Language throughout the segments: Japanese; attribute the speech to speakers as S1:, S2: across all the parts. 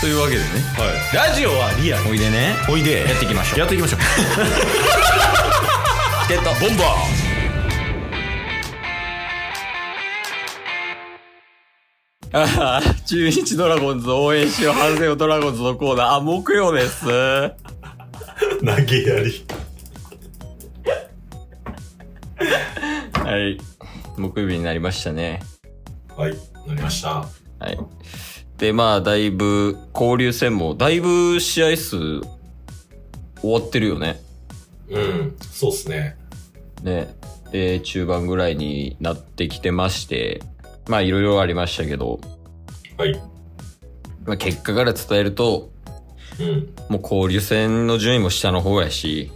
S1: というわけでね
S2: ラジオはリアル
S1: おいでね
S2: おいで
S1: やっていきましょう
S2: やっていきましょう
S1: チケットボンバーああ、中日ドラゴンズ応援しよう、反省をドラゴンズのコーナー、あ、木曜です。
S2: 投げやり
S1: はい。木曜日になりましたね。
S2: はいなりました
S1: はい。で、まあ、だいぶ、交流戦も、だいぶ試合数、終わってるよね。
S2: うんそうっすね
S1: ね。で、中盤ぐらいになってきてまして、まあ、いろいろありましたけど、
S2: はい
S1: まあ、結果から伝えると、
S2: うん
S1: もう交流戦の順位も下の方やし、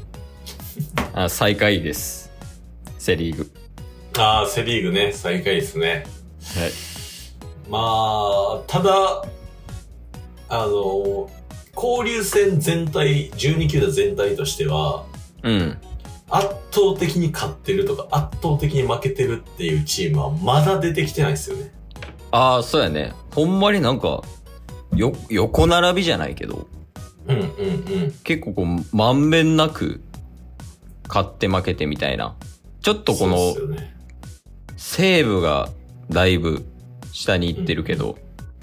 S1: あ最下位です。セリーグ。
S2: ああセ・リーグね最下位ですね
S1: はい。
S2: まあただあの交流戦全体12球団全体としては
S1: うん。
S2: 圧倒的に勝ってるとか圧倒的に負けてるっていうチームはまだ出てきてないですよね
S1: ああ、そうやね。ほんまになんか、よ、横並びじゃないけど、
S2: うんうんうん
S1: 結構こう、まんべんなく、勝って負けてみたいな。ちょっとこ
S2: そうっ
S1: の
S2: す、よね
S1: 西武がだいぶ下に行ってるけど、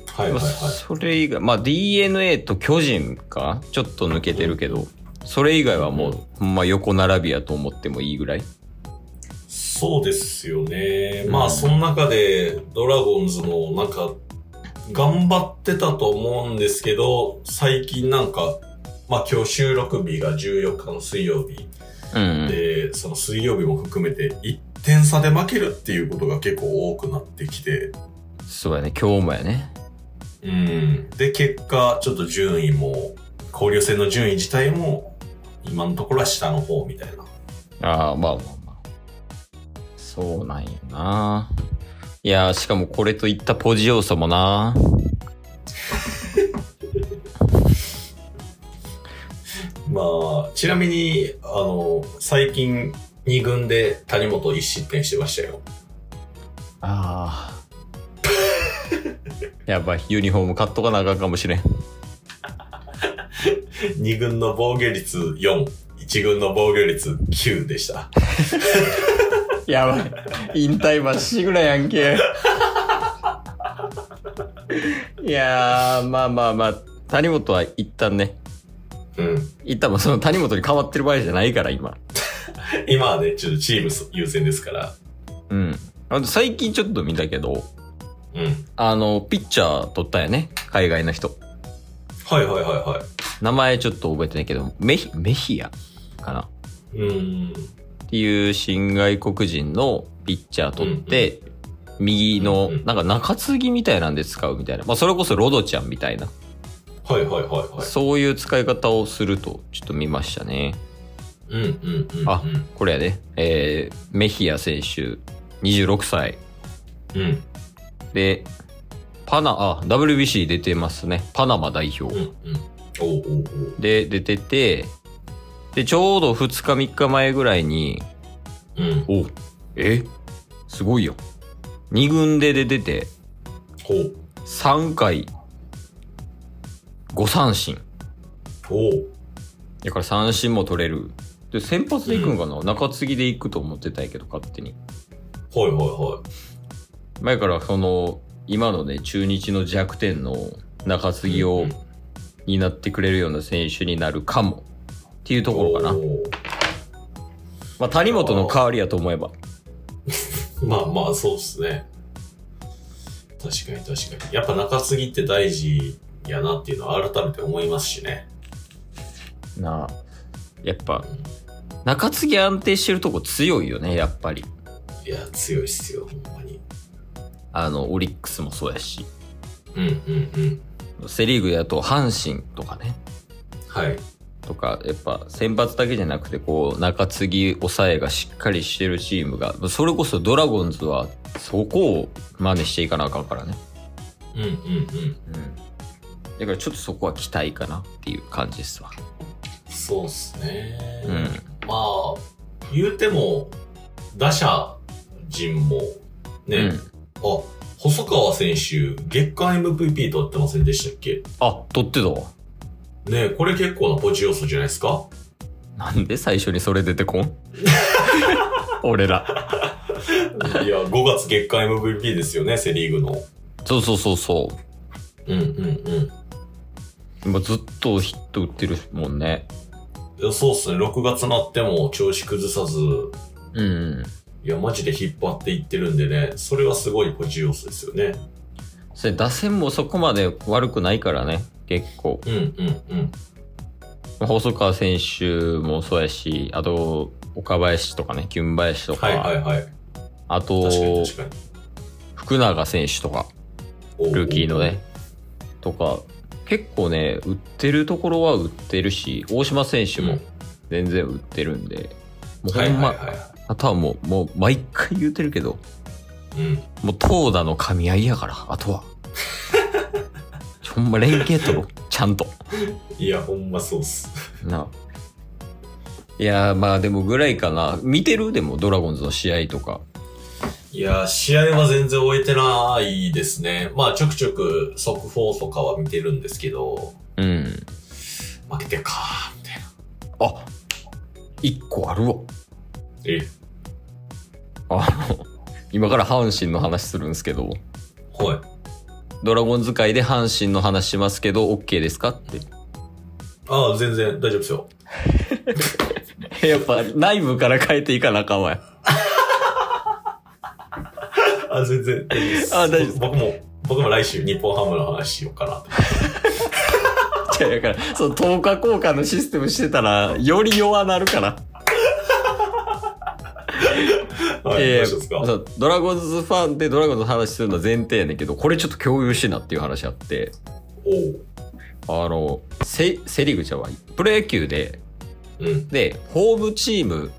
S2: はい
S1: ま
S2: はい
S1: あ
S2: はい
S1: それ以外、まあ DNA と巨人かちょっと抜けてるけど、それ以外はもう、ほんま横並びやと思ってもいいぐらい。
S2: そうですよね。
S1: うん
S2: まあ、その中で、ドラゴンズもなんか、頑張ってたと思うんですけど、最近なんか、まあ今日収録日が14日の水曜日
S1: うんうん。
S2: で、その水曜日も含めて1点差で負けるっていうことが結構多くなってきて、
S1: そうやね、今日もやね。
S2: うん。で、結果、ちょっと順位も、交流戦の順位自体も、今のところは下の方みたいな。
S1: ああ、まあまあまあ。そうなんやな。いやー、しかもこれといったポジ要素もな。
S2: まあ、ちなみに、あの、最近、二軍で谷本一失点してましたよ。
S1: ああ。 やばい、ユニフォーム買っとかなあかんかもしれん。
S2: 二軍の防御率4、一軍の防御率9でした。
S1: やばい。引退まっしぐらやんけ。いやー、まあまあまあ、谷本は一旦ね、
S2: うん。
S1: 一旦もその谷本に変わってる場合じゃないから、今。
S2: 今はね、ちょっとチーム優先ですから。
S1: うん。あと最近ちょっと見たけど、
S2: うん。
S1: あの、ピッチャー取ったよね。海外の人。
S2: はいはいは
S1: 名前ちょっと覚えてないけど、メヒ、メヒアかなっ
S2: いはい。うん。
S1: ていう新外国人のピッチャー取って、右の、
S2: うんうん
S1: なんか中継ぎみたいなんで使うみたいな。まあ、それこそロドちゃんみたいな。
S2: はいはいはいはい。
S1: そういう使い方をすると、ちょっと見ましたね。
S2: うんうんうんうん。
S1: あこれやね、えー、メヒア選手、26歳。
S2: うん。
S1: で、パナ、あ、WBC 出てますね。パナマ代表。
S2: うんうん。おうおう
S1: で、出てて、で、ちょうど2日3日前ぐらいに、
S2: おう。うん。
S1: おえすごいよ。2軍で出てて、
S2: ほう。
S1: 3回、5三振。
S2: ほう。
S1: だから三振も取れる。で、先発で行くんかな、中継ぎで行くと思ってたんやけど、勝手に。
S2: はいはいは
S1: 前からその、今のね、中日の弱点の中継
S2: い。
S1: ぎを
S2: うん
S1: 担ってくれるような選手になるかも。っていうところかな。
S2: おう
S1: まあ、谷本の代わりやと思えば。
S2: まあまあ、そうっすね。確かに確かに。やっぱ中継ぎって大事やなっていうのは改めて思いますしね。
S1: なあやっぱ中継ぎ安定してるとこ強いよねやっぱり
S2: いや、強いっすよ、ほんまに。
S1: あのオリックスもそうやし
S2: うんうんうん。
S1: セ・リーグだと阪神とかね
S2: はい。
S1: とかやっぱ先発だけじゃなくてこう中継ぎ抑えがしっかりしてるチームがそれこそドラゴンズはそこを真似していかなあかんからね
S2: うんうんうん。
S1: うんだからちょっとそこは期待かなっていう感じですわ
S2: そうっすね。
S1: うん
S2: まあ、言うても、打者陣も、ね、
S1: う
S2: あ、細川選手、月間 MVP 取ってませんでしたっけ
S1: あ、取ってたわ。
S2: ねえこれ結構なポジ要素じゃないですか
S1: なんで最初にそれ出てこ ん俺ら。
S2: いや、5月月間 MVP ですよね、セリーグの。
S1: そうそうそうそ
S2: うんうん
S1: う。もうずっとヒット打ってるもんね。
S2: うん。そうっすね、6月になっても調子崩さず、
S1: うん。
S2: いや、マジで引っ張っていってるんでね、それはすごいポジ要素ですよね。
S1: それ打線もそこまで悪くないからね、結構。
S2: うんうんうん。
S1: まあ細川選手もそうやし、あと、岡林とかね、キュン林とか、
S2: はいはいはい。
S1: あ
S2: 確か
S1: と
S2: に、確かに。
S1: 福永選手とか、
S2: おう
S1: ルーキーのね。、とか、結構ね、売ってるところは売ってるし、大島選手
S2: う
S1: も
S2: ん
S1: 全然売ってるんで、もう
S2: は
S1: ほ
S2: い
S1: ん
S2: は
S1: ま
S2: い、は
S1: あとはもう、もう毎回言うてるけど、
S2: い。うん。
S1: もう投打の噛み合いやから、あ とは。ほんま連携取ろう、ちゃんと。
S2: いや、ほんまそうっす。
S1: なあいやーまあでもぐらいかな。見てるでもドラゴンズの試合とか。
S2: いや、試合は全然終えてないですね。まあ、ちょくちょく速報とかは見てるんですけど、
S1: うん。
S2: 負けてるかーみたいな。
S1: あ一個あるわ。
S2: え、
S1: あの、今から阪神の話するんですけど、
S2: はい。
S1: ドラゴンズ界で阪神の話しますけど、OK ですかって。
S2: ああ、全然大丈夫ですよ。
S1: やっぱ内部から変えていかなあかん わや。
S2: あ全然大丈夫です。
S1: あ大丈夫です
S2: 僕も、僕も来週日本ハムの話しようかなと。
S1: じゃあだから、その10日交換のシステムしてたら、より弱なるから。
S2: はい、
S1: え
S2: 大
S1: ー
S2: 丈夫ですか
S1: そうドラゴンズファンでドラゴンズの話するのは前提やねんけど、これちょっと共有しなっていう話あって、
S2: おう。
S1: あの、セ・セリーグちゃうわプロ野球で、
S2: うん、
S1: で、ホームチーム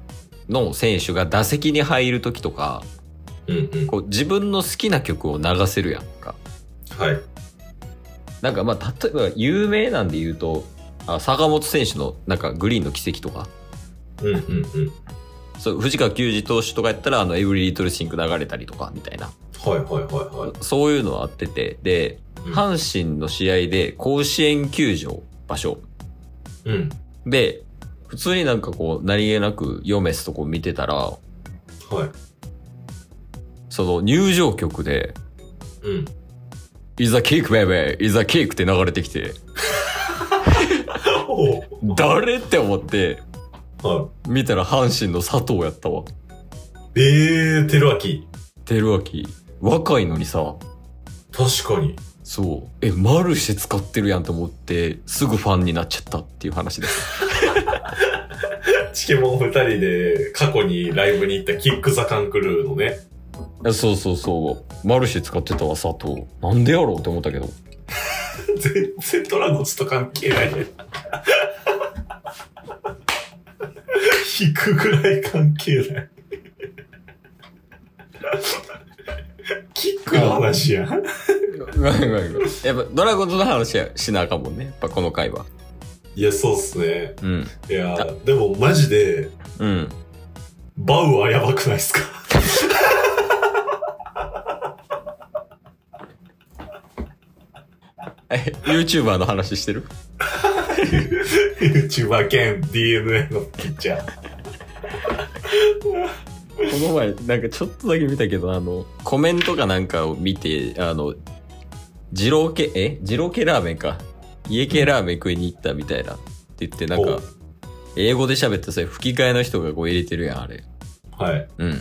S1: の選手が打席に入るときとか、
S2: うん、うん。
S1: こう自分の好きな曲を流せるやんか。
S2: はい。
S1: なんかまあ、例えば有名なんで言うと、あ坂本選手のなんかグリーンの奇跡とか、
S2: うん、うん、うん。
S1: そう藤川球児投手とかやったら、あの、エブリリトルシンク流れたりとか、みたいな。
S2: はい、はい、はい、はい。
S1: そういうのはあってて、で、
S2: うん
S1: 阪神の試合で甲子園球場、場所。
S2: うん。
S1: で、普通になんかこう、何気なくヨメスとこ見てたら、
S2: はい。
S1: その入場曲で、
S2: うん。
S1: Is a kick, baby! Is a kick! って流れてきて、
S2: おう。
S1: 誰って思って、
S2: は
S1: 見たら阪神の佐藤やったわ。
S2: い。えー、照明。
S1: 照明。若いのにさ、
S2: 確かに。
S1: そう。え、マルシェ使ってるやんと思って、すぐファンになっちゃったっていう話です。
S2: チケモン二人で過去にライブに行ったキックザカンクルーのね。
S1: そうそうそう。マルシェ使ってたわ、佐藤。なんでやろうって思ったけど。
S2: 全然ドラゴンズと関係ないね。引くぐらい関係ない。キックの話やん。
S1: やっぱドラゴンズの話はしなあかんもんね。やっぱこの回は。
S2: いや、そうっすね。
S1: うん。
S2: いや、でもマジで、
S1: うん。
S2: バウはやばくないっすか
S1: え、YouTuber の話してる
S2: ?YouTuber 兼 DNA のピッチャー。
S1: この前、なんかちょっとだけ見たけど、あの、コメントかなんかを見て、あの、二郎系、え二郎系ラーメンか。家系ラーメン食いに行ったみたいな。って言って、なん
S2: お
S1: か、英語で喋ってそれ吹き替えの人がこう入れてるやん、あれ。
S2: はい。
S1: うん。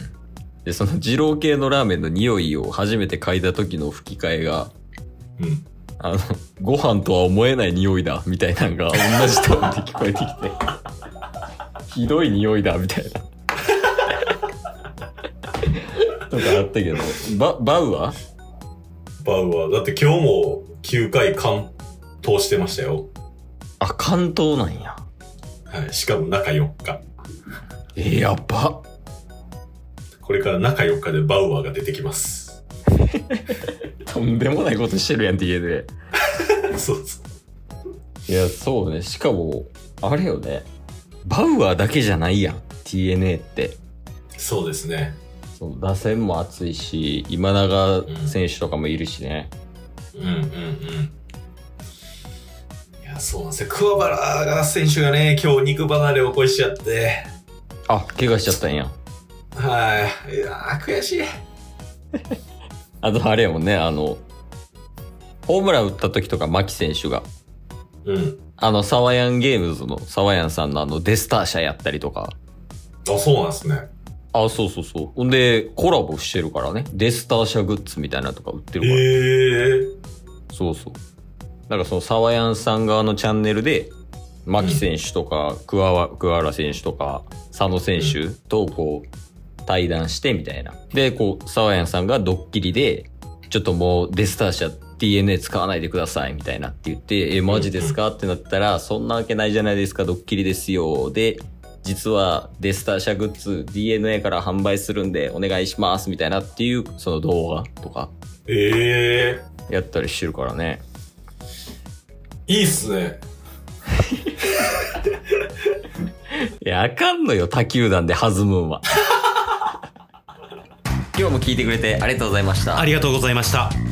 S1: で、その二郎系のラーメンの匂いを初めて嗅いだ時の吹き替えが、
S2: うん。
S1: あの、ご飯とは思えない匂いだ、みたいなのが同じトーンで聞こえてきて。 ひどい匂いだ、みたいな。 とかあったけど、バ、バウアー
S2: バウは、だって今日も9回完投してましたよ。
S1: あ、関東なんや。
S2: はい。しかも中4日。
S1: えー、やば。
S2: これから中4日でバウアーが出てき ます。
S1: とんでもないことしてるやんって家で。
S2: そうそう。
S1: いや、そうね。しかも、あれよね。バウアーだけじゃないやん。TNA って。
S2: そうですね。
S1: その打線も熱いし、今永選手とかもいるしね。
S2: うんうんうん。いや、そうなんですよ。桑原が選手がね、今日肉離れを起こしちゃって。
S1: あ、怪我しちゃったんや。
S2: はい。いやー、悔しい。
S1: あと、あれやもんね、あの、ホームラン打った時とか、牧選手が、
S2: うん。
S1: あの、サワヤンゲームズの、サワヤンさんのあの、デスター社やったりとか。
S2: あ、そうなんですね。
S1: あ、そうそうそう。ほんで、コラボしてるからね。デスター社グッズみたいなのとか売ってるから。
S2: ええ
S1: そうそう。だからその、サワヤンさん側のチャンネルで、牧選手とか、桑原桑原選手とか、佐野選手とこう、対談してみたいな。で、こう、サワヤンさんがドッキリで、ちょっともうデスター社 DNA 使わないでくださいみたいなって言って、え、マジですかってなったら、そんなわけないじゃないですか、ドッキリですよ。で、実はデスター社グッズ DNA から販売するんでお願いしますみたいなっていう、その動画とか
S2: ええ
S1: やったりしてるからね。
S2: いいっすね。
S1: いや、あかんのよ、他球団で弾むんは。 今日も聞いてくれてありがとうございました
S3: あ。りがとうございました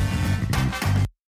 S3: す